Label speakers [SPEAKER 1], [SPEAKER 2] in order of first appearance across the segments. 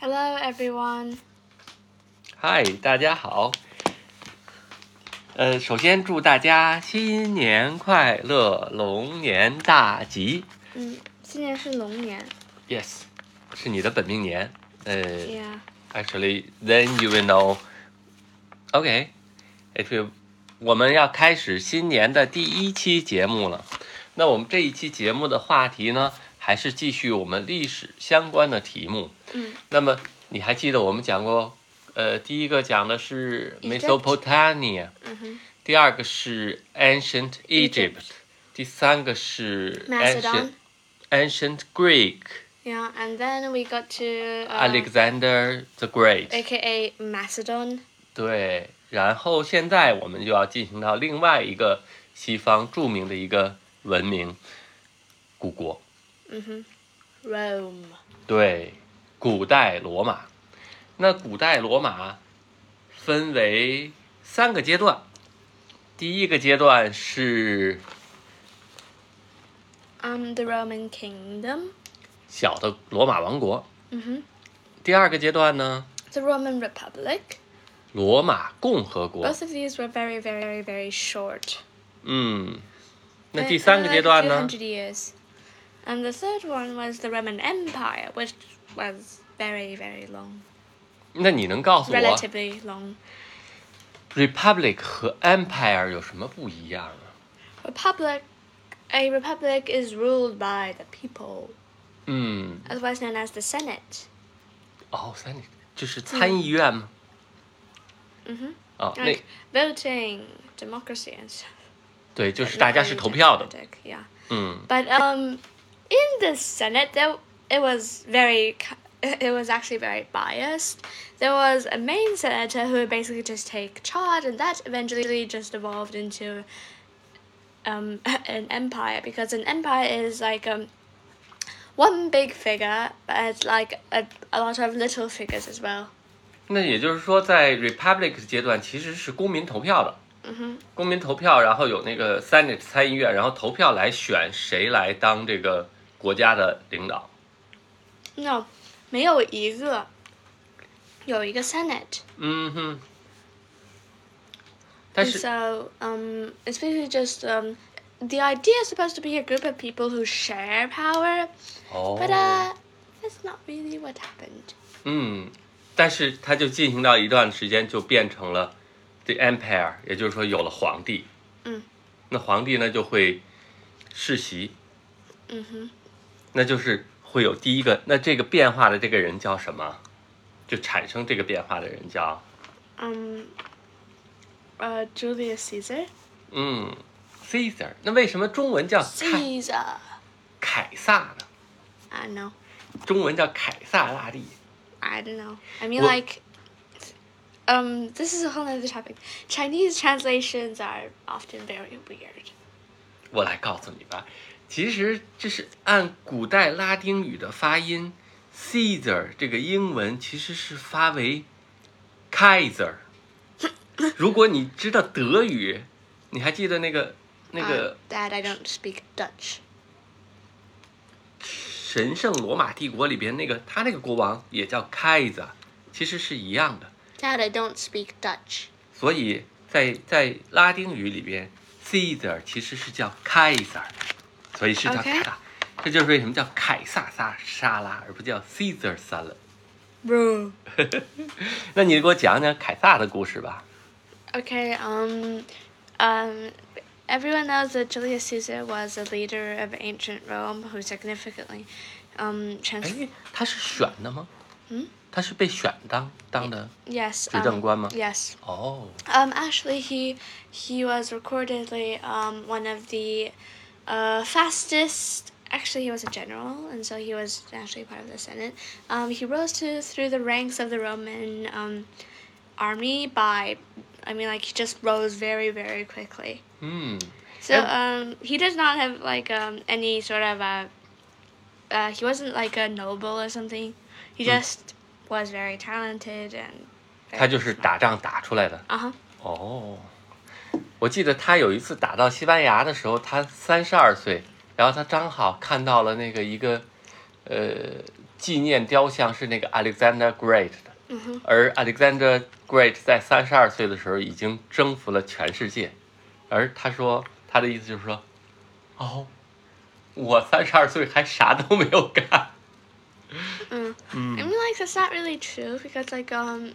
[SPEAKER 1] Hello, everyone.
[SPEAKER 2] 嗨，大家好。呃，首先祝大家新年快乐，龙年大吉。
[SPEAKER 1] 嗯，Mm, 今年是龙年。
[SPEAKER 2] Yes，是你的本命年。呃
[SPEAKER 1] Yeah.
[SPEAKER 2] ，actually, then you will know. OK, it will. 我们要开始新年的第一期节目了。那我们这一期节目的话题呢，还是继续我们历史相关的题目。
[SPEAKER 1] 嗯
[SPEAKER 2] 那么你还记得我们讲过，呃，第一个讲的是
[SPEAKER 1] Egypt
[SPEAKER 2] Mesopotamia，
[SPEAKER 1] 嗯哼
[SPEAKER 2] 第二个是 Ancient Egypt，第三个是 Ancient
[SPEAKER 1] Macedon.
[SPEAKER 2] Ancient Greek
[SPEAKER 1] Yeah, and then we got to uh,
[SPEAKER 2] Alexander the Great。
[SPEAKER 1] aka Macedon.
[SPEAKER 2] 对，然后现在我们就要进行到另外一个西方著名的一个文明古国，
[SPEAKER 1] 嗯哼，Rome. Mm-hmm.
[SPEAKER 2] 对，古代罗马。那古代罗马分为三个阶段，第一个阶段是
[SPEAKER 1] Um, the Roman Kingdom.
[SPEAKER 2] 小的罗马王国，
[SPEAKER 1] 嗯哼
[SPEAKER 2] 第二个阶段呢，
[SPEAKER 1] ，the Roman Republic.
[SPEAKER 2] 罗马共和国。
[SPEAKER 1] Both of these were very, very, very, very short.
[SPEAKER 2] 嗯，那
[SPEAKER 1] And-
[SPEAKER 2] 第三
[SPEAKER 1] and
[SPEAKER 2] 哎个
[SPEAKER 1] like
[SPEAKER 2] 阶段呢
[SPEAKER 1] 200 years. And the third one was the Roman Empire, which was very, very long,
[SPEAKER 2] 那你能告诉我
[SPEAKER 1] relatively long.
[SPEAKER 2] republic 和 empire 有什么不一样啊？
[SPEAKER 1] Republic. A republic is ruled by the people,
[SPEAKER 2] 嗯，
[SPEAKER 1] otherwise known as the Senate.
[SPEAKER 2] 哦，三就是参议院吗？
[SPEAKER 1] 嗯哼，
[SPEAKER 2] 啊，那
[SPEAKER 1] Like voting, democracy, and stuff.
[SPEAKER 2] 对，就是 大家是投票的。
[SPEAKER 1] Democratic, Yeah.
[SPEAKER 2] 嗯
[SPEAKER 1] But um, in the Senate, there it was very, ki- it was actually very biased. There was a main senator who would basically just take charge, and that eventually just evolved into um, an empire because an empire is like um, one big figure, but like a, a lot of little figures as well.
[SPEAKER 2] 那也就是说，在 republic 阶段其实是公民投票的，
[SPEAKER 1] 嗯哼，
[SPEAKER 2] 公民投票，然后有那个 senate 参议院，然后投票来选谁来当这个国家的领导。
[SPEAKER 1] No, 没有一个有一个 Senate。
[SPEAKER 2] 嗯哼，但
[SPEAKER 1] And
[SPEAKER 2] 是
[SPEAKER 1] so, um, it's basically just um, the idea is supposed to be a group of people who share power,
[SPEAKER 2] 哦
[SPEAKER 1] but uh, that's not really what happened.
[SPEAKER 2] 嗯，但是它就进行到一段时间，就变成了 the empire，也就是说有了皇帝。
[SPEAKER 1] 嗯，
[SPEAKER 2] 那皇帝呢就会世袭，
[SPEAKER 1] 嗯哼，
[SPEAKER 2] 那就是会有第一个，那这个变化的这个人叫什么？就产生这个变化的人叫
[SPEAKER 1] um, uh, Julius Caesar.
[SPEAKER 2] 嗯 Caesar。那为什么中文叫凯
[SPEAKER 1] Caesar.
[SPEAKER 2] 凯撒呢？
[SPEAKER 1] I know.
[SPEAKER 2] 中文叫凯撒大帝。
[SPEAKER 1] I don't know. I mean,
[SPEAKER 2] Well-
[SPEAKER 1] like, um, this is a whole other topic. Chinese translations are often very weird.
[SPEAKER 2] 我来告诉你吧，其实这是按古代拉丁语的发音，Caesar 这个英文其实是发为 Kaiser。如果你知道德语，你还记得那个那
[SPEAKER 1] Uh,
[SPEAKER 2] 个
[SPEAKER 1] Dad, I don't speak Dutch.
[SPEAKER 2] 神圣罗马帝国里边那个他那个国王也叫 Kaiser，其实是一样的。
[SPEAKER 1] Dad, I don't speak Dutch.
[SPEAKER 2] 所以在在拉丁语里边，Caesar 其实是叫 Kaiser，所以是叫
[SPEAKER 1] OK
[SPEAKER 2] 凯撒。这就是为什么叫凯撒沙沙拉，而不叫 Caesar salad。
[SPEAKER 1] Bro.
[SPEAKER 2] 那你给我讲讲凯撒的故事吧。
[SPEAKER 1] Okay, um, um, everyone knows that Julius Caesar was a leader of ancient Rome who significantly, um,
[SPEAKER 2] 哎
[SPEAKER 1] trans-，
[SPEAKER 2] 他是选的吗？
[SPEAKER 1] 嗯，
[SPEAKER 2] 他是被选当当的。
[SPEAKER 1] yes,
[SPEAKER 2] 执政官吗？
[SPEAKER 1] um, yes.
[SPEAKER 2] 哦，
[SPEAKER 1] Um, actually, he he was recordedly um one of the, uh, fastest. Actually, he was a general, and so he was naturally part of the Senate. Um, he rose to through the ranks of the Roman um, army by, I mean, like he just rose very very quickly.
[SPEAKER 2] 嗯，
[SPEAKER 1] So um,
[SPEAKER 2] And-
[SPEAKER 1] he does not have like um any sort of a. Uh, he wasn't like a noble or something. He just was very talented and.
[SPEAKER 2] 他就是打仗打出来的。
[SPEAKER 1] Uh huh.
[SPEAKER 2] 哦，我记得他有一次打到西班牙的时候，他三十二岁，然后他正好看到了那个一个，呃，纪念雕像是那个 Alexander Great 的，而 Alexander Great 在三十二岁的时候已经征服了全世界，而他说他的意思就是说，哦，我三十二岁还啥都没有干，
[SPEAKER 1] Mm. I mean, like that's not really true because like um,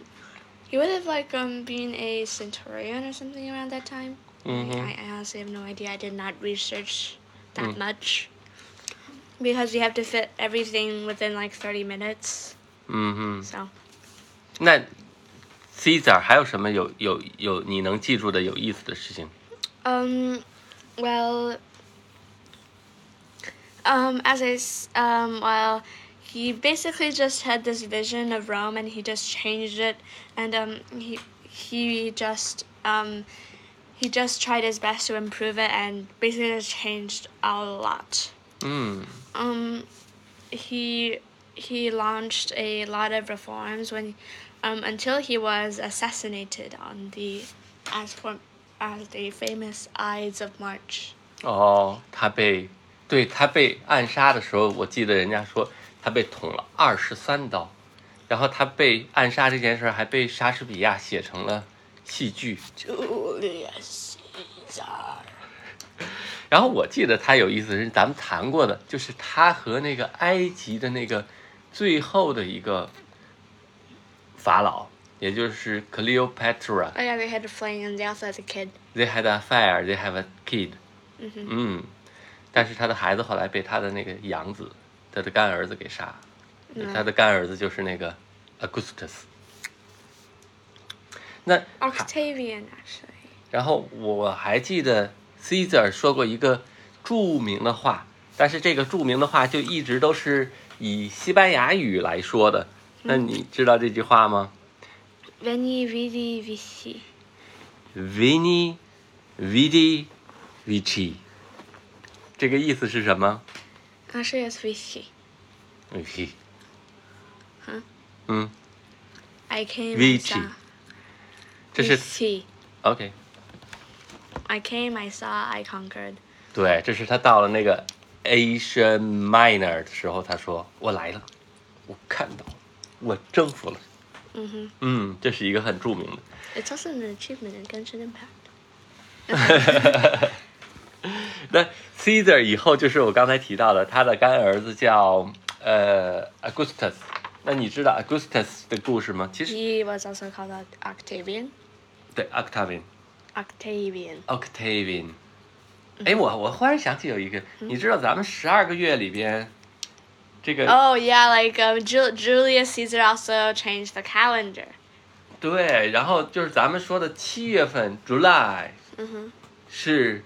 [SPEAKER 1] he would have like um been a centurion or something around that time.
[SPEAKER 2] Mhm.
[SPEAKER 1] I, I honestly have no idea. I did not research that
[SPEAKER 2] Mm.
[SPEAKER 1] much because you have to fit everything within like thirty minutes.
[SPEAKER 2] 嗯哼，
[SPEAKER 1] So
[SPEAKER 2] 那 Caesar 还有什么有有有你能记住的有意思的事情？
[SPEAKER 1] um, well um as I s- um well. He basically just had this vision of Rome, and he just changed it, and um, he he just um, he just tried his best to improve it and basically just changed a lot.
[SPEAKER 2] 嗯
[SPEAKER 1] Um, he he launched a lot of reforms when, um, until he was assassinated on the, as for, as the famous Ides of March.
[SPEAKER 2] 哦，他被，对他被暗杀的时候，我记得人家说他被捅了二十三刀，然后他被暗杀这件事儿还被莎士比亚写成了戏剧。
[SPEAKER 1] Julius Caesar.
[SPEAKER 2] 然后我记得他有意思是咱们谈过的，就是他和那个埃及的那个最后的一个法老，也就是 Cleopatra。
[SPEAKER 1] Oh yeah, they had a fling, and they also had a kid.
[SPEAKER 2] They had a fire, they have a kid。
[SPEAKER 1] 嗯哼
[SPEAKER 2] 嗯，但是他的孩子后来被他的那个养子，他的干儿子给杀了。他的干儿子就是那个 Augustus。那
[SPEAKER 1] Octavian actually.
[SPEAKER 2] 然后我还记得 Caesar 说过一个著名的话，但是这个著名的话就一直都是以西班牙语来说的。那
[SPEAKER 1] 嗯
[SPEAKER 2] 你知道这句话吗
[SPEAKER 1] Veni, vidi, vici.
[SPEAKER 2] ？Vini, vidi, vici。这个意思是什么？
[SPEAKER 1] Actually, it's vici.
[SPEAKER 2] 嗯嘿
[SPEAKER 1] 嗯，
[SPEAKER 2] 嗯，
[SPEAKER 1] I came.
[SPEAKER 2] Vici.
[SPEAKER 1] I saw.
[SPEAKER 2] 这是
[SPEAKER 1] vici.
[SPEAKER 2] OK。
[SPEAKER 1] I came. I saw. I conquered.
[SPEAKER 2] 对，这是他到了那个 Asian Minor 的时候，他说：“我来了，我看到了，我征服了。
[SPEAKER 1] Mm-hmm. ”
[SPEAKER 2] 嗯，这是一个很著名的。
[SPEAKER 1] It's also an achievement in Genshin Impact.
[SPEAKER 2] 那 Caesar 以后就是我刚才提到的，他的干儿子叫呃 Augustus。那你知道 Augustus 的故事吗？其实
[SPEAKER 1] He was also called Oct- Octavian.
[SPEAKER 2] 对 Octavian
[SPEAKER 1] Octavian.
[SPEAKER 2] Octavian。哎，
[SPEAKER 1] 嗯
[SPEAKER 2] 我我忽然想起有一个，你知道咱们十二个月里边，这个
[SPEAKER 1] Oh yeah, like um, Ju- Julius Caesar also changed the calendar.
[SPEAKER 2] 对，然后就是咱们说的七月份 July
[SPEAKER 1] Mm-hmm.
[SPEAKER 2] 是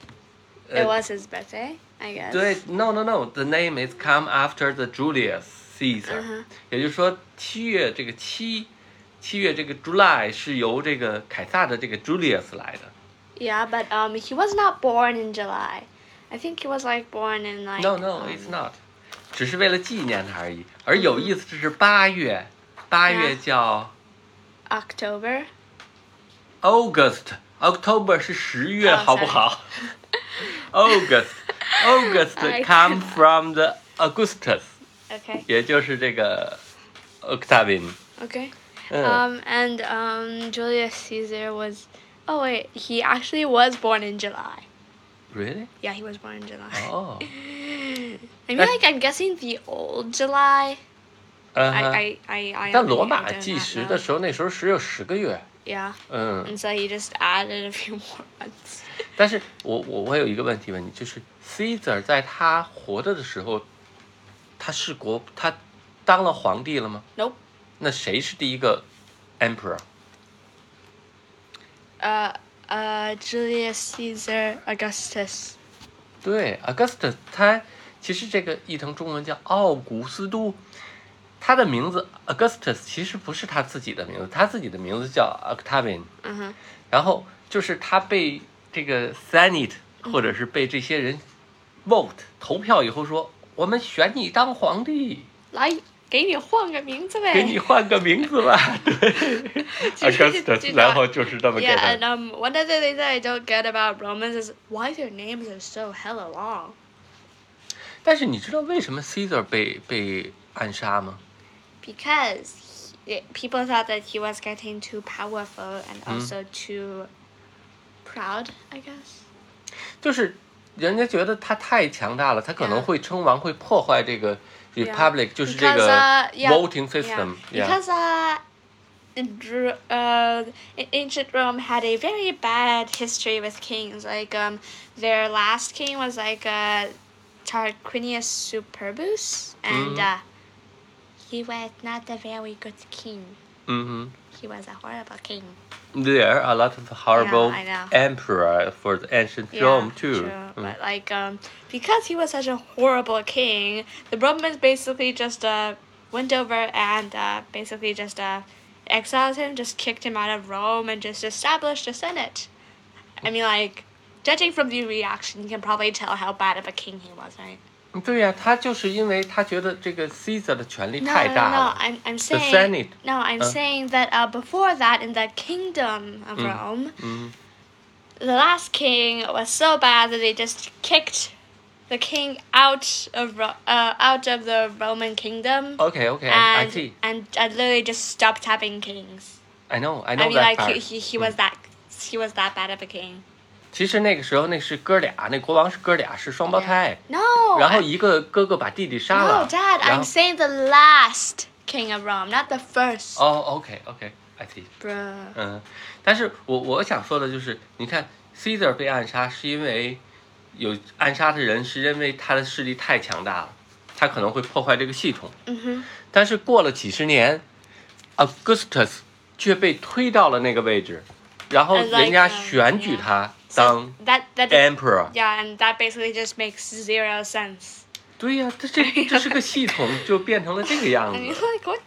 [SPEAKER 1] it
[SPEAKER 2] 呃
[SPEAKER 1] was his birthday, I guess.
[SPEAKER 2] 对，no no no，the name is come after the Julius Caesar，、
[SPEAKER 1] 嗯哼
[SPEAKER 2] 也就是说七月这个七，七月这个 July 是由这个凯撒的这个 Julius 来的。
[SPEAKER 1] Yeah, but um, he was not born in July. I think he was like born in like. um,
[SPEAKER 2] No no，it's not，只是为了纪念他而已。而
[SPEAKER 1] 嗯
[SPEAKER 2] 有意思的是八月，八月
[SPEAKER 1] Yeah
[SPEAKER 2] 叫
[SPEAKER 1] October.
[SPEAKER 2] August，October 是啊十月，
[SPEAKER 1] 哦
[SPEAKER 2] 好不好 ？August，August
[SPEAKER 1] I
[SPEAKER 2] come from the Augustus，
[SPEAKER 1] Okay.
[SPEAKER 2] 也就是这个 Octavian。
[SPEAKER 1] Okay.
[SPEAKER 2] 嗯。
[SPEAKER 1] Um, and um, Julius Caesar was. Oh wait, he actually was born in July.
[SPEAKER 2] Really？
[SPEAKER 1] Yeah, he was born in July.
[SPEAKER 2] 哦，
[SPEAKER 1] I mean,
[SPEAKER 2] That-
[SPEAKER 1] like I'm guessing the old July.
[SPEAKER 2] 嗯
[SPEAKER 1] I
[SPEAKER 2] 哼。
[SPEAKER 1] I I I.
[SPEAKER 2] Uh-huh. 但罗
[SPEAKER 1] I
[SPEAKER 2] 马
[SPEAKER 1] do
[SPEAKER 2] 计
[SPEAKER 1] not
[SPEAKER 2] 时
[SPEAKER 1] know.
[SPEAKER 2] 的时候，那时候只有十个月。
[SPEAKER 1] Yeah,
[SPEAKER 2] 嗯，
[SPEAKER 1] and so you just added a few more months.
[SPEAKER 2] 但是我我我有一个问题问你，就是 Caesar 在他活着的时候，他是国他当了皇帝了吗？
[SPEAKER 1] Nope.
[SPEAKER 2] 那谁是第一个 emperor？
[SPEAKER 1] Uh, uh, Julius Caesar Augustus.
[SPEAKER 2] 对，Augustus，他其实这个译成中文叫奥古斯都，他的名字 Augustus 其实不是他自己的名字，他自己的名字叫 Octavian。
[SPEAKER 1] Uh huh.
[SPEAKER 2] 然后就是他被这个 Senate 或者是被这些人 vote 投票以后说，我们选你当皇帝，给你
[SPEAKER 1] 来，给你换个名字呗。
[SPEAKER 2] 换个名字吧。 对，Augustus，然后就是这么给
[SPEAKER 1] Yeah,
[SPEAKER 2] 他
[SPEAKER 1] and。um, one other thing that I don't get about Romans is why their names are so hella long.
[SPEAKER 2] 但是你知道为什么 Caesar 被被暗杀吗？
[SPEAKER 1] because he, people thought that he was getting too powerful and
[SPEAKER 2] Mm-hmm.
[SPEAKER 1] also too proud, I guess.
[SPEAKER 2] 就是人家觉得他太强大了，他可能
[SPEAKER 1] Yeah.
[SPEAKER 2] 会称王，会破坏这个
[SPEAKER 1] Yeah.
[SPEAKER 2] republic，就是这
[SPEAKER 1] Because,
[SPEAKER 2] 个
[SPEAKER 1] uh, yeah, Yeah.
[SPEAKER 2] voting system。
[SPEAKER 1] Because uh, in Dro- uh, in ancient Rome had a very bad history with kings. Like um, their last king was like uh, Tarquinius Superbus, and
[SPEAKER 2] Mhm.
[SPEAKER 1] uh, he was not a very good king.
[SPEAKER 2] 嗯
[SPEAKER 1] He was a horrible king.
[SPEAKER 2] 哼，there are a lot of horrible
[SPEAKER 1] I know.
[SPEAKER 2] emperor for the ancient
[SPEAKER 1] Yeah,
[SPEAKER 2] Rome too Mm.
[SPEAKER 1] true.
[SPEAKER 2] 嗯
[SPEAKER 1] But like um, because he was such a horrible king, the Romans basically just uh went over and uh, basically just uh exiled him, just kicked him out of Rome, and just established a senate. I mean, like judging from the reaction, you can probably tell how bad of a king he was, right?
[SPEAKER 2] 嗯对呀、他就是因为他觉得这个 Caesar 的权力
[SPEAKER 1] No,
[SPEAKER 2] 太
[SPEAKER 1] no,
[SPEAKER 2] 大
[SPEAKER 1] no.
[SPEAKER 2] 了。
[SPEAKER 1] I'm, I'm saying
[SPEAKER 2] Senate.
[SPEAKER 1] No, I'm
[SPEAKER 2] Uh. Mm.
[SPEAKER 1] saying that uh, before that, in the kingdom of Rome,
[SPEAKER 2] 嗯
[SPEAKER 1] the last king was so bad that they just kicked the king out of Ro- uh, out of the Roman kingdom.
[SPEAKER 2] ，OK OK，I、I
[SPEAKER 1] and,
[SPEAKER 2] see,
[SPEAKER 1] and and literally just stopped having kings.
[SPEAKER 2] I know, I
[SPEAKER 1] I
[SPEAKER 2] know
[SPEAKER 1] mean,
[SPEAKER 2] that
[SPEAKER 1] like
[SPEAKER 2] part. Mm.
[SPEAKER 1] he, he, he was that he was that bad of a king.
[SPEAKER 2] 其实那个时候那是哥俩，那国王是哥俩，是双胞胎。
[SPEAKER 1] No.
[SPEAKER 2] 然后一个哥哥把弟弟杀
[SPEAKER 1] no,
[SPEAKER 2] 了。
[SPEAKER 1] Dad. I'm
[SPEAKER 2] 然后
[SPEAKER 1] saying the last king of Rome, not the first.
[SPEAKER 2] 哦，OK OK，I see。
[SPEAKER 1] Bruh.
[SPEAKER 2] 嗯，但是我我想说的就是，你看 Caesar 被暗杀是因为有暗杀的人是因为他的势力太强大了，他可能会破坏这个系统。
[SPEAKER 1] Mm-hmm.
[SPEAKER 2] 但是过了几十年，Augustus 却被推到了那个位置，然后
[SPEAKER 1] And like,
[SPEAKER 2] 人家
[SPEAKER 1] uh,
[SPEAKER 2] 选举
[SPEAKER 1] yeah.
[SPEAKER 2] 他当
[SPEAKER 1] that that
[SPEAKER 2] emperor。
[SPEAKER 1] yeah, and that basically just makes zero sense.
[SPEAKER 2] 对呀、这这这是个系统，就变成了这个样
[SPEAKER 1] I mean,
[SPEAKER 2] 子。
[SPEAKER 1] like what?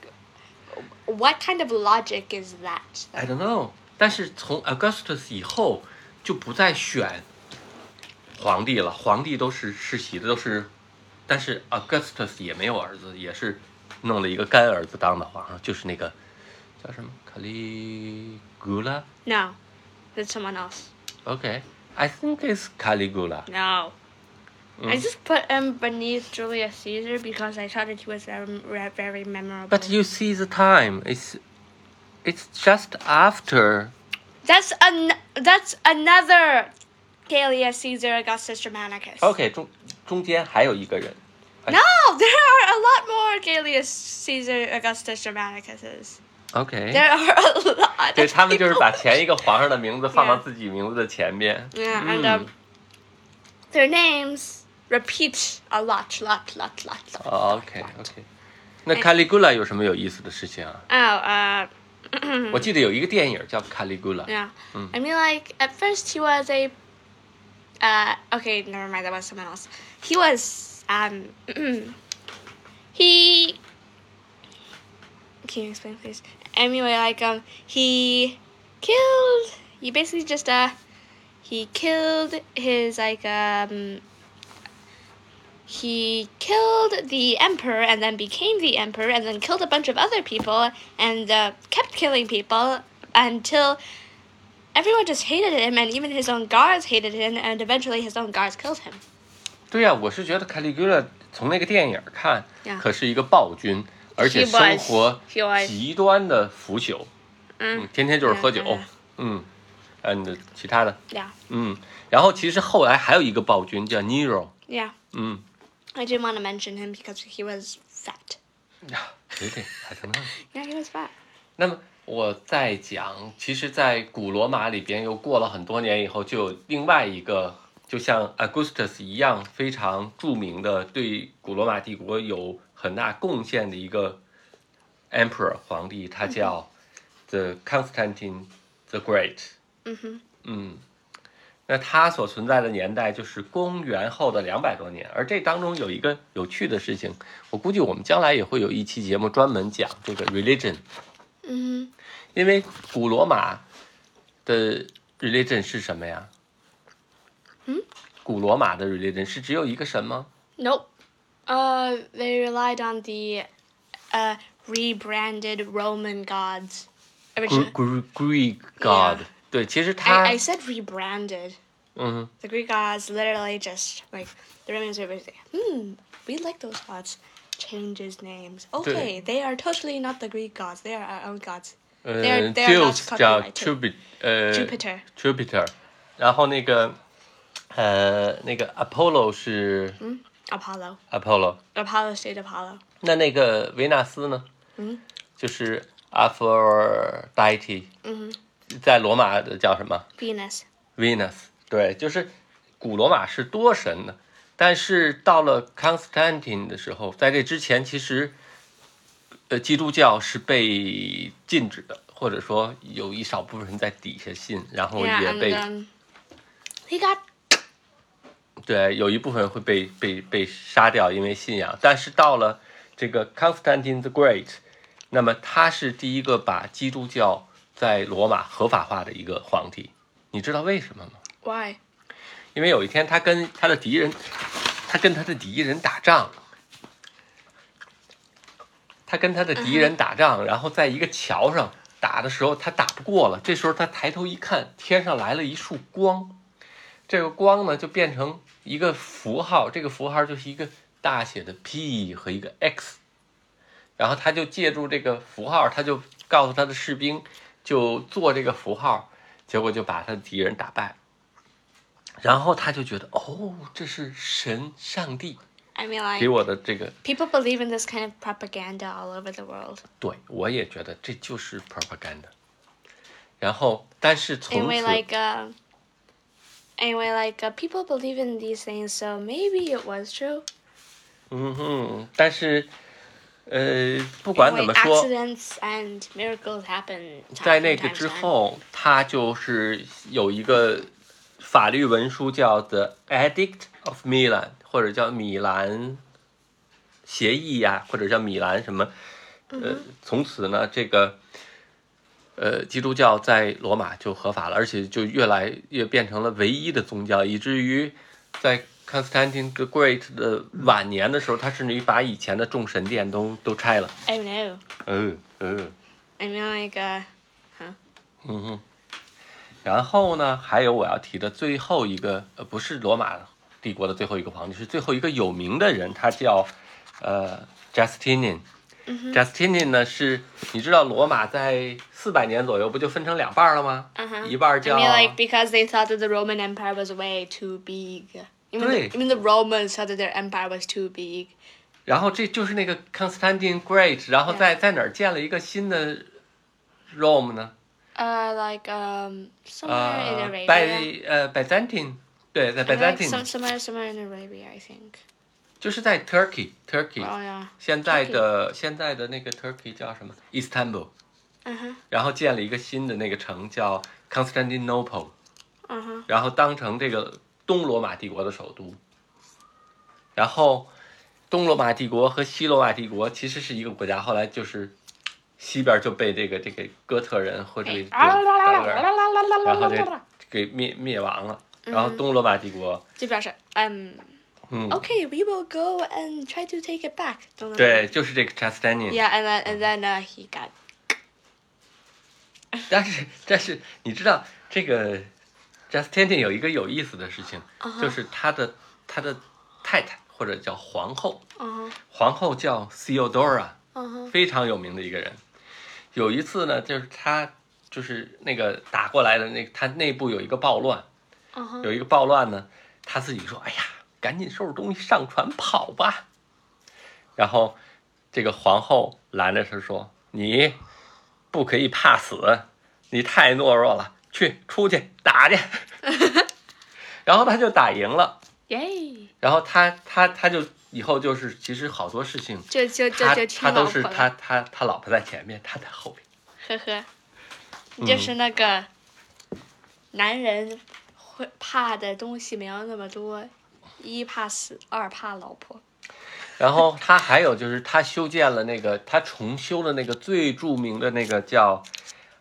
[SPEAKER 1] What kind of logic is that?
[SPEAKER 2] I don't know。但是从 Augustus 以后就不再选皇帝了，皇帝都是世袭的，都是。但是 Augustus 也没有儿子，也是弄了一个干儿子当的皇上，就是那个叫什么 Caligula。
[SPEAKER 1] No, it's someone else.
[SPEAKER 2] OK，I、think it's Caligula。
[SPEAKER 1] No. I
[SPEAKER 2] Mm.
[SPEAKER 1] just put him beneath Julius Caesar because I thought that he was um, re- very memorable.
[SPEAKER 2] But you see the time, it's it's just after
[SPEAKER 1] that's an that's another Julius Caesar Augustus Germanicus.
[SPEAKER 2] OK 中中间还有一个人。
[SPEAKER 1] No, there are a lot more Julius Caesar Augustus Germanicuses.
[SPEAKER 2] OK。
[SPEAKER 1] There are a lot.
[SPEAKER 2] 对
[SPEAKER 1] of
[SPEAKER 2] 他们就是
[SPEAKER 1] people.
[SPEAKER 2] 把前一个皇上的名字放 到自己名字的前边。
[SPEAKER 1] Yeah, and
[SPEAKER 2] 嗯
[SPEAKER 1] um, their names repeat a lot, lot, lot, lot, lot.
[SPEAKER 2] 哦 OK OK。那
[SPEAKER 1] 哎
[SPEAKER 2] Caligula 有什么有意思的事情啊？
[SPEAKER 1] Oh, uh,
[SPEAKER 2] 我记得有一个电影叫 Caligula。
[SPEAKER 1] yeah.
[SPEAKER 2] Mm.
[SPEAKER 1] I mean, like at first he was a. Uh, okay, never mind. That was someone else. He was um. he. Can you explain, please? Anyway, like um, he killed. He basically just uh, he killed his like um. He killed the emperor and then became the emperor and then killed a bunch of other people and uh, kept killing people until everyone just hated him and even his own guards hated him and eventually his own guards killed him.
[SPEAKER 2] 对呀、我是觉得 Caligula 从那个电影看
[SPEAKER 1] Yeah，
[SPEAKER 2] 可是一个暴君，而且
[SPEAKER 1] He was-
[SPEAKER 2] 生活
[SPEAKER 1] he was-
[SPEAKER 2] 极端的腐朽，嗯
[SPEAKER 1] 嗯，
[SPEAKER 2] 天天就是喝酒
[SPEAKER 1] Yeah, yeah, yeah，
[SPEAKER 2] 嗯，嗯，其他的，
[SPEAKER 1] Yeah.
[SPEAKER 2] 嗯，然后其实后来还有一个暴君叫 Nero，
[SPEAKER 1] Yeah.
[SPEAKER 2] 嗯，
[SPEAKER 1] I didn't want to mention him because he was fat.
[SPEAKER 2] 呀，有点还疼呢。
[SPEAKER 1] Yeah, he was fat.
[SPEAKER 2] 那么我在讲，其实，在古罗马里边，又过了很多年以后，就有另外一个，就像 Augustus 一样非常著名的，对古罗马帝国有很大贡献的一个 emperor 皇帝，他叫 The Constantine the Great。
[SPEAKER 1] Mhm.
[SPEAKER 2] 嗯，那他所存在的年代就是公元后的两百多年，而这当中有一个有趣的事情，我估计我们将来也会有一期节目专门讲这个 religion。
[SPEAKER 1] Mhm.
[SPEAKER 2] 因为古罗马的 religion 是什么呀？
[SPEAKER 1] 嗯，
[SPEAKER 2] 古罗马的 religion 是只有一个神吗？
[SPEAKER 1] Nope. Uh, they relied on the, uh, rebranded Roman gods. Originally-
[SPEAKER 2] Gre- Greek god，、
[SPEAKER 1] Yeah
[SPEAKER 2] 对，其实他，
[SPEAKER 1] I, I said rebranded.
[SPEAKER 2] 嗯
[SPEAKER 1] The Greek gods literally just like the Romans were basically, hmm, we like those gods. changes names. Okay, they are totally not the Greek gods. They are our own gods.
[SPEAKER 2] 嗯
[SPEAKER 1] They're- they're not
[SPEAKER 2] ，Zeus 叫
[SPEAKER 1] copyrighted.
[SPEAKER 2] Jupiter，呃
[SPEAKER 1] Jupiter
[SPEAKER 2] Jupiter，然后那个呃那个 Apollo 是
[SPEAKER 1] 嗯 Apollo.
[SPEAKER 2] Apollo，
[SPEAKER 1] Apollo stayed Apollo.
[SPEAKER 2] 那那个维纳斯呢？
[SPEAKER 1] 嗯，
[SPEAKER 2] 就是 Aphrodite，
[SPEAKER 1] 嗯，
[SPEAKER 2] 在罗马的叫什么
[SPEAKER 1] Venus.
[SPEAKER 2] Venus？对，就是古罗马是多神的，但是到了 Constantine 的时候，在这之前其实，呃，基督教是被禁止的，或者说有一少部分人在底下信，然后
[SPEAKER 1] yeah,
[SPEAKER 2] 也
[SPEAKER 1] and
[SPEAKER 2] 被
[SPEAKER 1] um, he got
[SPEAKER 2] 对，有一部分会被被被杀掉，因为信仰。但是到了这个 Constantine the Great，那么他是第一个把基督教在罗马合法化的一个皇帝。你知道为什么吗？
[SPEAKER 1] why?
[SPEAKER 2] 因为有一天他跟他的敌人，他跟他的敌人打仗，他跟他的敌人打仗，然后在一个桥上打的时候，他打不过了。这时候他抬头一看，天上来了一束光，这个光呢就变成一个符号，这个符号就是一个大写的 P 和一个 X，然后他就借助这个符号，他就告诉他的士兵，就做这个符号，结果就把他的敌人打败。然后他就觉得，哦，这是神上帝
[SPEAKER 1] I mean, like
[SPEAKER 2] 给我的这个，
[SPEAKER 1] people believe in this kind of propaganda all over the world.
[SPEAKER 2] 对我也觉得这就是 propaganda。然后，但是从
[SPEAKER 1] Anyway,
[SPEAKER 2] 此，
[SPEAKER 1] like uh, anyway, like uh, people believe in these things, so maybe it was true.
[SPEAKER 2] 嗯哼，但是，呃，不管怎
[SPEAKER 1] Anyway,
[SPEAKER 2] 么说，
[SPEAKER 1] accidents and miracles happen. time
[SPEAKER 2] 在
[SPEAKER 1] from
[SPEAKER 2] 那个
[SPEAKER 1] time to
[SPEAKER 2] 之
[SPEAKER 1] time.
[SPEAKER 2] 后，他就是有一个法律文书叫 The Edict of Milan，或者叫米兰协议呀、或者叫米兰什么，呃，从此呢，这个呃基督教在罗马就合法了，而且就越来越变成了唯一的宗教，以至于在 Constantine the Great 的晚年的时候，他甚至于把以前的众神殿都都拆了。
[SPEAKER 1] Oh no!
[SPEAKER 2] 嗯嗯。
[SPEAKER 1] I mean, like uh,
[SPEAKER 2] 嗯哼，然后呢，还有我要提的最后一个，呃，不是罗马帝国的最后一个皇帝，是最后一个有名的人，他叫呃 Justinian。Justinian
[SPEAKER 1] 嗯
[SPEAKER 2] 呢是，你知道罗马在四百年左右不就分成两半了吗
[SPEAKER 1] Uh-huh
[SPEAKER 2] 一半
[SPEAKER 1] I
[SPEAKER 2] 叫
[SPEAKER 1] mean, like because they thought that the Roman Empire was way too big. Even the,
[SPEAKER 2] 对。
[SPEAKER 1] even the Romans thought that their empire was too big.
[SPEAKER 2] 然后这就是那个 Constantine Great，然后在在哪儿建了一个新的 Rome 呢？
[SPEAKER 1] Uh, like um, somewhere
[SPEAKER 2] 呃
[SPEAKER 1] in，Arabia.
[SPEAKER 2] 拜呃 Byzantine，对，
[SPEAKER 1] I
[SPEAKER 2] 在
[SPEAKER 1] mean, like, some,
[SPEAKER 2] Byzantine，
[SPEAKER 1] somewhere, somewhere in Arabia, I think.
[SPEAKER 2] 就是在 Turkey，Turkey。
[SPEAKER 1] Oh yeah.
[SPEAKER 2] 现在的现在的那个 Turkey 叫什么？Istanbul，
[SPEAKER 1] Uh huh.
[SPEAKER 2] 然后建了一个新的那个城叫 Constantinople，
[SPEAKER 1] Uh huh.
[SPEAKER 2] 然后当成这个东罗马帝国的首都。然后东罗马帝国和西罗马帝国其实是一个国家，后来就是西边就被这个这个哥特人或者这个
[SPEAKER 1] 哎
[SPEAKER 2] 德国人，然后这给灭灭亡了。然后东罗马帝国，
[SPEAKER 1] Um.
[SPEAKER 2] 嗯，
[SPEAKER 1] Okay, we will go and try to take it back. Don't know.
[SPEAKER 2] 对，就是这个 Justinian。
[SPEAKER 1] Yeah, and then and then uh, he got.
[SPEAKER 2] 但是但是你知道这个 Justinian 有一个有意思的事情就是他的他的太太或者叫皇后，
[SPEAKER 1] Uh huh.
[SPEAKER 2] 皇后叫 Theodora，
[SPEAKER 1] Uh huh.
[SPEAKER 2] 非常有名的一个人。有一次呢，就是他就是那个打过来的那他内部有一个暴乱，
[SPEAKER 1] Uh huh.
[SPEAKER 2] 有一个暴乱呢，他自己说：“哎呀，赶紧收拾东西上船跑吧。”然后这个皇后拦着他说：“你不可以怕死，你太懦弱了，去出去 打去。”然后他就打赢了，
[SPEAKER 1] Yay!
[SPEAKER 2] 然后他他他就以后就是其实好多事情，
[SPEAKER 1] 就就就
[SPEAKER 2] 他
[SPEAKER 1] 就
[SPEAKER 2] 他
[SPEAKER 1] 听
[SPEAKER 2] 都
[SPEAKER 1] 老
[SPEAKER 2] 是
[SPEAKER 1] 婆了
[SPEAKER 2] 他他他老婆在前面，他在后边。
[SPEAKER 1] 呵 呵，你就是
[SPEAKER 2] 嗯
[SPEAKER 1] 那个男人会怕的东西没有那么多，一怕死，二怕老婆。
[SPEAKER 2] 然后他还有就是他修建了那个他重修了那个最著名的那个叫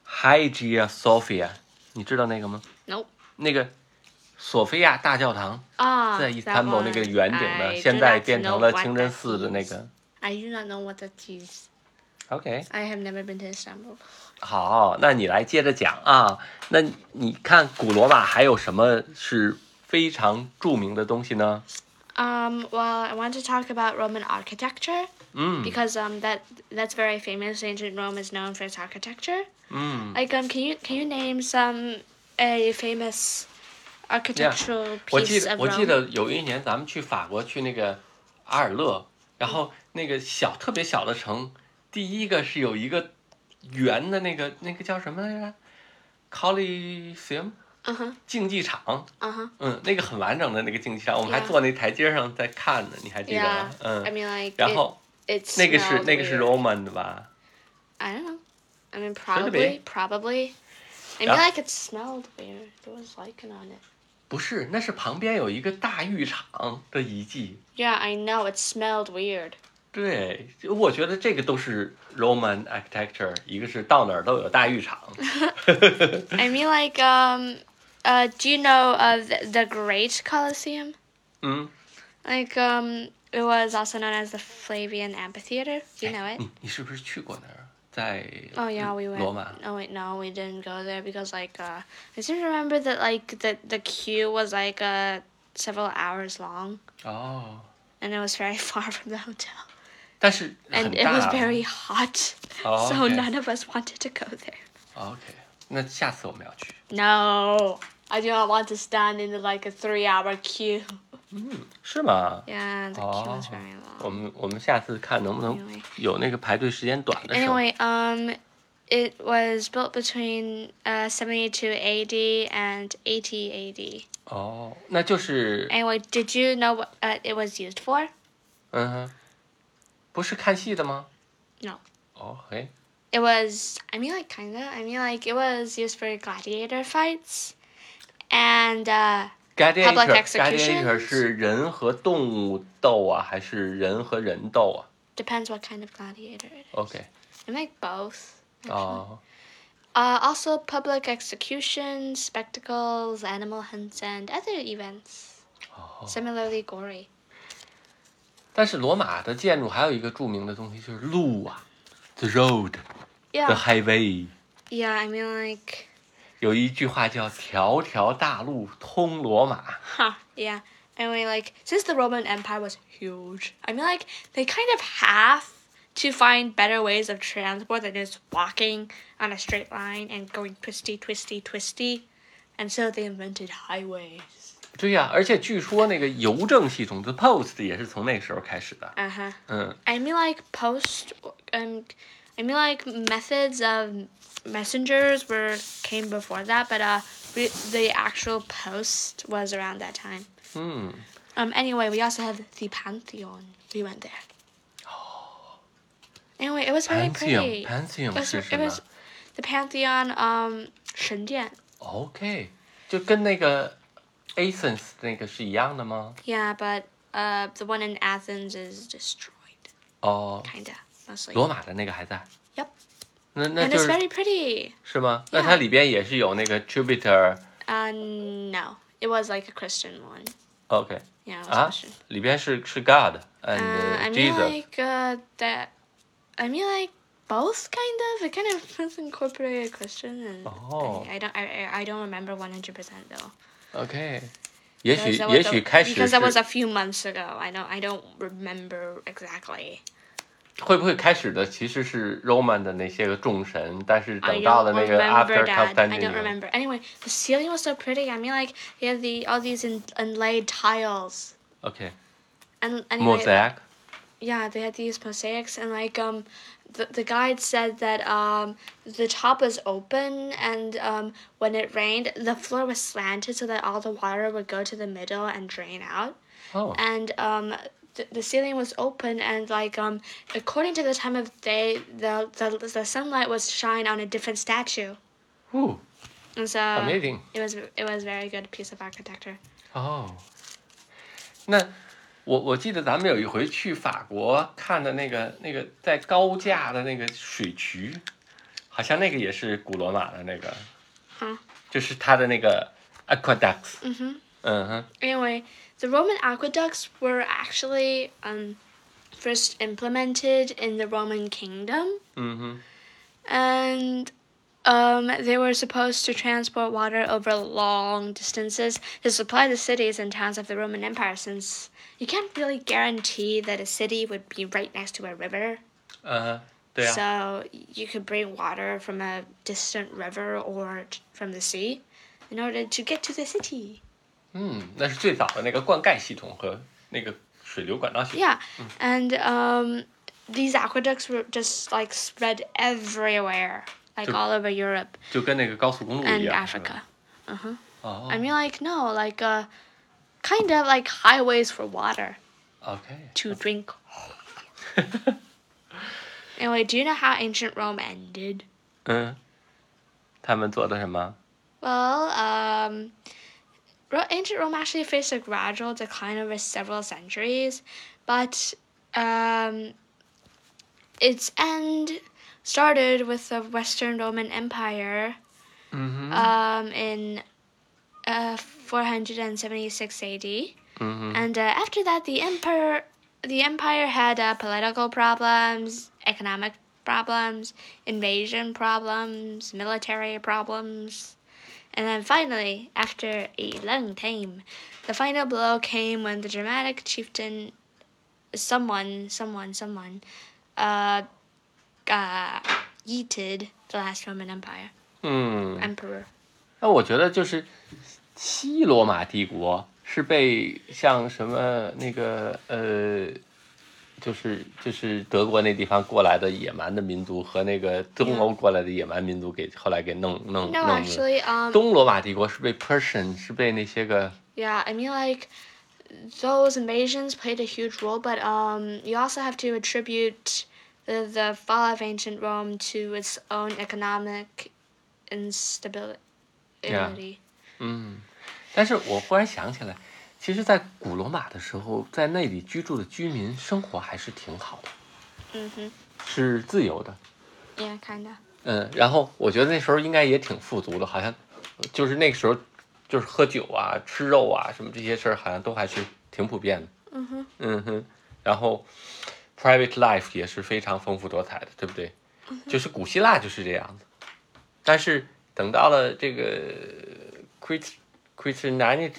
[SPEAKER 2] Hagia Sophia，你知道那个吗？
[SPEAKER 1] No
[SPEAKER 2] 那个索菲亚大教堂
[SPEAKER 1] 啊，哎
[SPEAKER 2] 在伊斯哎坦堡那个圆顶的，
[SPEAKER 1] I
[SPEAKER 2] 现
[SPEAKER 1] do
[SPEAKER 2] 在
[SPEAKER 1] not
[SPEAKER 2] 变
[SPEAKER 1] know
[SPEAKER 2] 成了
[SPEAKER 1] what
[SPEAKER 2] 清真
[SPEAKER 1] that
[SPEAKER 2] 寺的那
[SPEAKER 1] is.
[SPEAKER 2] 个。
[SPEAKER 1] I do not know what that is.
[SPEAKER 2] OK，
[SPEAKER 1] I have never been to Istanbul.
[SPEAKER 2] 好，那你来接着讲啊。那你看古罗马还有什么是非常著名的东西呢？
[SPEAKER 1] Um, well, I want to talk about Roman architecture
[SPEAKER 2] 嗯
[SPEAKER 1] because um, that that's very famous. Ancient Rome is known for its architecture.
[SPEAKER 2] 嗯
[SPEAKER 1] Like um, can you can you name some a famous architectural
[SPEAKER 2] 我记
[SPEAKER 1] piece
[SPEAKER 2] 得
[SPEAKER 1] of
[SPEAKER 2] 我
[SPEAKER 1] Rome?
[SPEAKER 2] 记得有一年咱们去法国去那个阿尔勒，然后那个小特别小的城，第一个是有一个圆的那个那个叫什么来着？Coliseum
[SPEAKER 1] 嗯哼，
[SPEAKER 2] 竞技场，
[SPEAKER 1] 嗯哼。
[SPEAKER 2] 嗯，那个很完整的那个竞技场，我们还
[SPEAKER 1] Yeah
[SPEAKER 2] 坐那台阶上在看呢，你还记得
[SPEAKER 1] Yeah,
[SPEAKER 2] 吗？
[SPEAKER 1] I
[SPEAKER 2] 嗯，
[SPEAKER 1] mean like
[SPEAKER 2] 然后
[SPEAKER 1] it, it
[SPEAKER 2] 那个是
[SPEAKER 1] smelled
[SPEAKER 2] 那个是
[SPEAKER 1] weird.
[SPEAKER 2] Roman 的吧？
[SPEAKER 1] I don't know. I mean
[SPEAKER 2] Could
[SPEAKER 1] probably
[SPEAKER 2] be.
[SPEAKER 1] probably. I mean
[SPEAKER 2] Yeah.
[SPEAKER 1] like it smelled weird. There was lichen on it.
[SPEAKER 2] 不是，那是旁边有一个大浴场的遗迹。
[SPEAKER 1] Yeah, I know it smelled weird.
[SPEAKER 2] 对，我觉得这个都是 Roman architecture，一个是到哪儿都有大 浴场，
[SPEAKER 1] I mean like um uh do you know of the, the Great Colosseum?
[SPEAKER 2] 嗯，
[SPEAKER 1] Like um it was also known as the Flavian Amphitheater. Do you know it?
[SPEAKER 2] 你哎嗯你是不是去过那儿？在
[SPEAKER 1] Oh yeah, we went.
[SPEAKER 2] 罗马，
[SPEAKER 1] Oh wait, no, we didn't go there because like uh, I just remember that like the the queue was like uh several hours long
[SPEAKER 2] 哦，
[SPEAKER 1] and it was very far from the hotel
[SPEAKER 2] 但是很
[SPEAKER 1] and it was
[SPEAKER 2] 大。啊
[SPEAKER 1] very hot,
[SPEAKER 2] Oh,
[SPEAKER 1] so
[SPEAKER 2] okay.
[SPEAKER 1] none of us wanted to go there.
[SPEAKER 2] 哦 OK，那下次我们要去。
[SPEAKER 1] No, I do not want to stand in like a three hour queue.
[SPEAKER 2] 是吗？
[SPEAKER 1] Yeah, the queue was very
[SPEAKER 2] 我
[SPEAKER 1] long.
[SPEAKER 2] 们我们下次看能不能
[SPEAKER 1] Anyway
[SPEAKER 2] 有那个排队时间短的时候。
[SPEAKER 1] Anyway, um, it was built between uh seventy two A.D. and eighty A.D.
[SPEAKER 2] 哦，那就是，
[SPEAKER 1] Anyway, did you know what uh, it was used for?
[SPEAKER 2] 嗯哼，不是看戏的吗
[SPEAKER 1] No.
[SPEAKER 2] 哦，嘿，
[SPEAKER 1] It was, I mean, like, kinda. I mean, like, it was used for gladiator fights and, uh, Public
[SPEAKER 2] Gladiator，Gladiator
[SPEAKER 1] executions
[SPEAKER 2] 是人和动物斗啊，还是人和人斗啊
[SPEAKER 1] depends what kind of gladiator it is.
[SPEAKER 2] ？OK，
[SPEAKER 1] I like both. actually.
[SPEAKER 2] 哦，
[SPEAKER 1] Uh, also, public executions, spectacles, animal hunts, and other events. Similarly gory.
[SPEAKER 2] 但是罗马的建筑还有一个著名的东西就是路啊，the road，the
[SPEAKER 1] Yeah.
[SPEAKER 2] highway。
[SPEAKER 1] yeah, I mean, like,
[SPEAKER 2] 有一句话叫“条条大路通罗马
[SPEAKER 1] huh, yeah. Anyway, like, since the Roman Empire was huge, I mean, like, they kind of have to find better ways of transport than just walking on a straight line and going twisty, twisty, twisty. And so they invented highways. ”。
[SPEAKER 2] 对呀、而且据说那个邮政系统的 post 也是从那个时候开始的。
[SPEAKER 1] Uh huh.
[SPEAKER 2] 嗯，
[SPEAKER 1] I mean, like, post, um, I mean, like, methods of messengers were came before that, but uh, re- the actual post was around that time.
[SPEAKER 2] Hmm.
[SPEAKER 1] Um. Anyway, we also have the Pantheon. We went there. Anyway, it was very pretty. It
[SPEAKER 2] Pantheon，Pantheon
[SPEAKER 1] was,
[SPEAKER 2] 是
[SPEAKER 1] it
[SPEAKER 2] 什么
[SPEAKER 1] was the Pantheon. Um, 神殿.
[SPEAKER 2] ？OK，就跟那个 Athens 那个是一样的吗？
[SPEAKER 1] Yeah, but uh, the one in Athens is destroyed.
[SPEAKER 2] 哦，
[SPEAKER 1] Kinda, mostly.
[SPEAKER 2] 罗马的那个还在。
[SPEAKER 1] Yep.
[SPEAKER 2] 那那
[SPEAKER 1] And
[SPEAKER 2] 就
[SPEAKER 1] it's
[SPEAKER 2] 是
[SPEAKER 1] very pretty.
[SPEAKER 2] 是吗？
[SPEAKER 1] Yeah
[SPEAKER 2] 那它里边也是有那个 Jupiter。
[SPEAKER 1] Uh, no, it was like a Christian one.
[SPEAKER 2] OK，
[SPEAKER 1] Yeah, it was
[SPEAKER 2] 啊
[SPEAKER 1] Christian.，
[SPEAKER 2] 里边是是 God and
[SPEAKER 1] Uh, I mean,
[SPEAKER 2] Jesus。
[SPEAKER 1] like uh, that. I mean, like both kind of. It kind of was incorporated Christian and.
[SPEAKER 2] Oh.
[SPEAKER 1] I don't. I, I- I don't remember one hundred percent though.
[SPEAKER 2] OK，也许
[SPEAKER 1] Because that
[SPEAKER 2] 也
[SPEAKER 1] was
[SPEAKER 2] 许
[SPEAKER 1] a-
[SPEAKER 2] 开始
[SPEAKER 1] because that
[SPEAKER 2] 是
[SPEAKER 1] was a few months ago. I don't. I don't remember exactly.
[SPEAKER 2] 会不会开始的其实是 Roman 的那些个众神，但是
[SPEAKER 1] I
[SPEAKER 2] 等到了
[SPEAKER 1] don't
[SPEAKER 2] 那个
[SPEAKER 1] remember
[SPEAKER 2] After
[SPEAKER 1] that. I don't
[SPEAKER 2] Constantine，
[SPEAKER 1] remember. Anyway, the ceiling was so pretty. I mean, like it had the all these in, inlaid tiles.
[SPEAKER 2] OK
[SPEAKER 1] And anyway,
[SPEAKER 2] mosaic，
[SPEAKER 1] yeah, they had these mosaics, and like um, the the guide said that um, the top was open, and um, when it rained, the floor was slanted so that all the water would go to the middle and drain out.
[SPEAKER 2] 哦
[SPEAKER 1] and um the, the ceiling was open and like um according to the time of day the the, the sunlight was shine on a different statue
[SPEAKER 2] ，Ooh,
[SPEAKER 1] and so
[SPEAKER 2] amazing，
[SPEAKER 1] it was it was very good piece of architecture
[SPEAKER 2] 哦，那我我记得咱们有一回去法国看的那个那个在高架的那个水渠，好像那个也是古罗马的那个，
[SPEAKER 1] 嗯，
[SPEAKER 2] 就是它的那个 aqueducts，嗯哼，嗯哼，
[SPEAKER 1] anyway the roman aqueducts were actually um
[SPEAKER 2] 嗯
[SPEAKER 1] first implemented in the roman kingdom
[SPEAKER 2] 嗯哼，
[SPEAKER 1] and Um, they were supposed to transport water over long distances to supply the cities and towns of the Roman Empire, since you can't really guarantee that a city would be right next to a river.
[SPEAKER 2] 呃，对啊，
[SPEAKER 1] So you could bring water from a distant river or t- from the sea in order to get to the city.
[SPEAKER 2] 嗯，那是最早的那个灌溉系统和那个水流管道系统。
[SPEAKER 1] Yeah, and um, these aqueducts were just like spread everywhere, like
[SPEAKER 2] They're-
[SPEAKER 1] all over Europe
[SPEAKER 2] 就跟那个高速公路一
[SPEAKER 1] and
[SPEAKER 2] 样。是吧
[SPEAKER 1] Africa.
[SPEAKER 2] 嗯
[SPEAKER 1] Uh huh.
[SPEAKER 2] 哦
[SPEAKER 1] I mean, like no, like uh, kind of like highways for water
[SPEAKER 2] ，OK，
[SPEAKER 1] to drink. anyway, do you know how ancient Rome ended?
[SPEAKER 2] 嗯，他们做的什么？
[SPEAKER 1] Well, um, Ro- ancient Rome actually faced a gradual decline over several centuries, but um, its end started with the Western Roman Empire
[SPEAKER 2] 嗯哼，
[SPEAKER 1] um, in uh, 476 AD.
[SPEAKER 2] 嗯哼，
[SPEAKER 1] And uh, after that, the emperor, the empire had uh, political problems, economic problems, invasion problems, military problems, and then finally, after a long time, the final blow came when the dramatic chieftain, someone, someone, someone, uh, uh, yeeted the last Roman Empire
[SPEAKER 2] 嗯。
[SPEAKER 1] emperor.
[SPEAKER 2] 那我觉得就是西罗马帝国是被像什么那个呃，就是就是德国那地方过来的野蛮的民族和那个东欧过来的野蛮民族给后来给弄弄
[SPEAKER 1] No,
[SPEAKER 2] 弄了。
[SPEAKER 1] actually, um,
[SPEAKER 2] 东罗马帝国是被 Persian 是被那些个
[SPEAKER 1] Yeah, I mean like those invasions played a huge role, but um you also have to attribute the, the fall of ancient Rome to its own economic instability.
[SPEAKER 2] Yeah. 嗯，但是我忽然想起来，其实，在古罗马的时候，在那里居住的居民生活还是挺好的，
[SPEAKER 1] Mm-hmm.
[SPEAKER 2] 是自由的，
[SPEAKER 1] Yeah, kinda.
[SPEAKER 2] 嗯，然后我觉得那时候应该也挺富足的，好像就是那个时候就是喝酒啊、吃肉啊什么这些事儿，好像都还是挺普遍的。
[SPEAKER 1] 嗯哼，
[SPEAKER 2] 嗯哼，然后 private life 也是非常丰富多彩的，对不对？
[SPEAKER 1] 嗯
[SPEAKER 2] 就是古希腊就是这样子，但是等到了这个 Christ Christianity，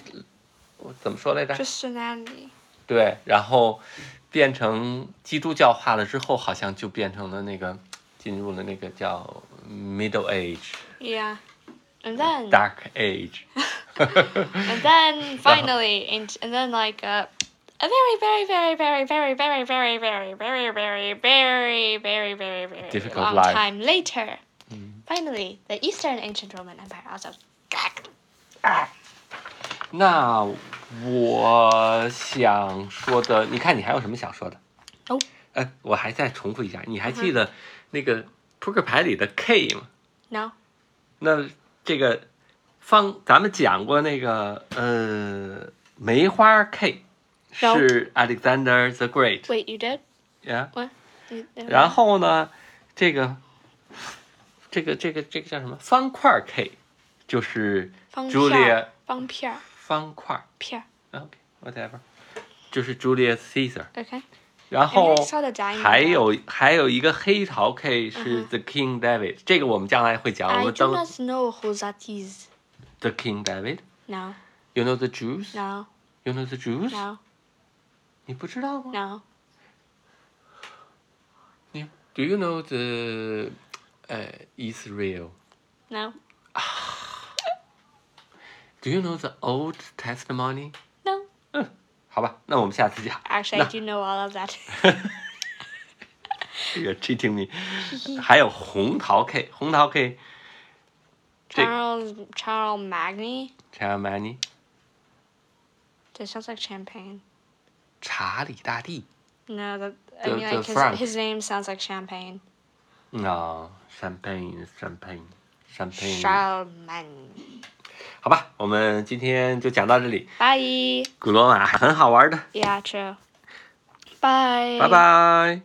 [SPEAKER 2] 我怎么说来着？
[SPEAKER 1] Just humanity.
[SPEAKER 2] 对，然后变成基督教化了之后，好像就变成了那个进入了那个叫 Middle Age、
[SPEAKER 1] Yeah. And then
[SPEAKER 2] Dark Age。
[SPEAKER 1] and then finally and, and then like uh a very, very, very, very, very, very, very, very, very, very, very, very, very, very
[SPEAKER 2] Difficult
[SPEAKER 1] long
[SPEAKER 2] life. Mm.
[SPEAKER 1] time later. Finally, the Eastern Ancient Roman Empire also gagged.
[SPEAKER 2] 那我想说的，你看你还有什么想说的？
[SPEAKER 1] 哦，嗯
[SPEAKER 2] 呃，我还再重复一下，你还记得那个扑克牌里的 K 吗？
[SPEAKER 1] No.
[SPEAKER 2] 那这个方咱们讲过那个呃梅花 K
[SPEAKER 1] 有
[SPEAKER 2] 是 Alexander the Great
[SPEAKER 1] Wait, you did?
[SPEAKER 2] 呀、
[SPEAKER 1] What? You, never
[SPEAKER 2] 然
[SPEAKER 1] mind.
[SPEAKER 2] 后呢，这个这个这个这个叫什么方块 K，就是
[SPEAKER 1] 方
[SPEAKER 2] Julia
[SPEAKER 1] 片儿方片儿
[SPEAKER 2] 方块
[SPEAKER 1] 片儿
[SPEAKER 2] ，OK whatever，就是 Julius Caesar。
[SPEAKER 1] Okay.
[SPEAKER 2] 然
[SPEAKER 1] I
[SPEAKER 2] 后
[SPEAKER 1] mean, I saw the diamond
[SPEAKER 2] 还有
[SPEAKER 1] 啊
[SPEAKER 2] 还有一个黑桃
[SPEAKER 1] 嗯
[SPEAKER 2] K 是 The King David，这个我们将来会讲。我
[SPEAKER 1] I
[SPEAKER 2] 们
[SPEAKER 1] do
[SPEAKER 2] 当
[SPEAKER 1] not know who that is.
[SPEAKER 2] The King David，You
[SPEAKER 1] No.
[SPEAKER 2] know the Jews？You
[SPEAKER 1] No.
[SPEAKER 2] know the Jews？
[SPEAKER 1] No.
[SPEAKER 2] 你不知道吗？
[SPEAKER 1] No.
[SPEAKER 2] 你 Do you know the 呃 Israel？
[SPEAKER 1] No.
[SPEAKER 2] Do you know the Old Testimony？
[SPEAKER 1] No.
[SPEAKER 2] 好吧，那我们下次讲。
[SPEAKER 1] Actually, I do know all of that.
[SPEAKER 2] 这个 cheating me，还有红桃 K，红桃 K，Take-
[SPEAKER 1] Charles Charles Magny.
[SPEAKER 2] 查尔曼尼，
[SPEAKER 1] That sounds like champagne.
[SPEAKER 2] 查理大帝，
[SPEAKER 1] No, that I
[SPEAKER 2] The-
[SPEAKER 1] mean
[SPEAKER 2] the
[SPEAKER 1] like his,
[SPEAKER 2] Frank.
[SPEAKER 1] his name sounds like champagne.
[SPEAKER 2] 嗯啊，champagne，champagne，champagne，
[SPEAKER 1] Charlemagne.
[SPEAKER 2] 好吧，我们今天就讲到这里。
[SPEAKER 1] Bye.
[SPEAKER 2] 古罗马很好玩的，
[SPEAKER 1] Yeah, true. Bye.
[SPEAKER 2] 拜拜。